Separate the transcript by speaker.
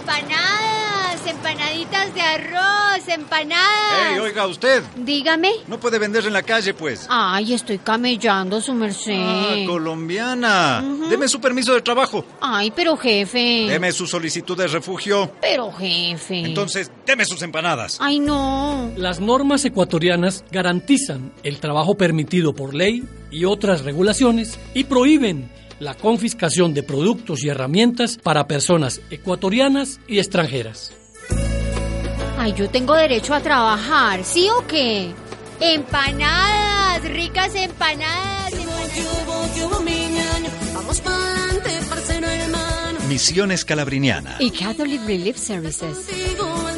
Speaker 1: empanadas, empanaditas de arroz, empanadas.
Speaker 2: Ey, oiga usted,
Speaker 1: Dígame.
Speaker 2: no puede vender en la calle, pues.
Speaker 1: Ay, estoy camellando, su merced.
Speaker 2: Ah, colombiana. Deme su permiso de trabajo.
Speaker 1: Ay, pero jefe.
Speaker 2: Deme su solicitud de refugio.
Speaker 1: Pero jefe.
Speaker 2: Entonces, deme sus empanadas.
Speaker 1: Ay, no.
Speaker 3: Las normas ecuatorianas garantizan el trabajo permitido por ley y otras regulaciones y prohíben la confiscación de productos y herramientas para personas ecuatorianas y extranjeras.
Speaker 1: Ay, yo tengo derecho a trabajar, ¿sí o qué? Empanadas, ricas empanadas.
Speaker 4: Vamos pa'lante, parcero hermano.
Speaker 2: Misiones Calabriniana.
Speaker 1: Y Catholic Relief Services.
Speaker 4: Contigo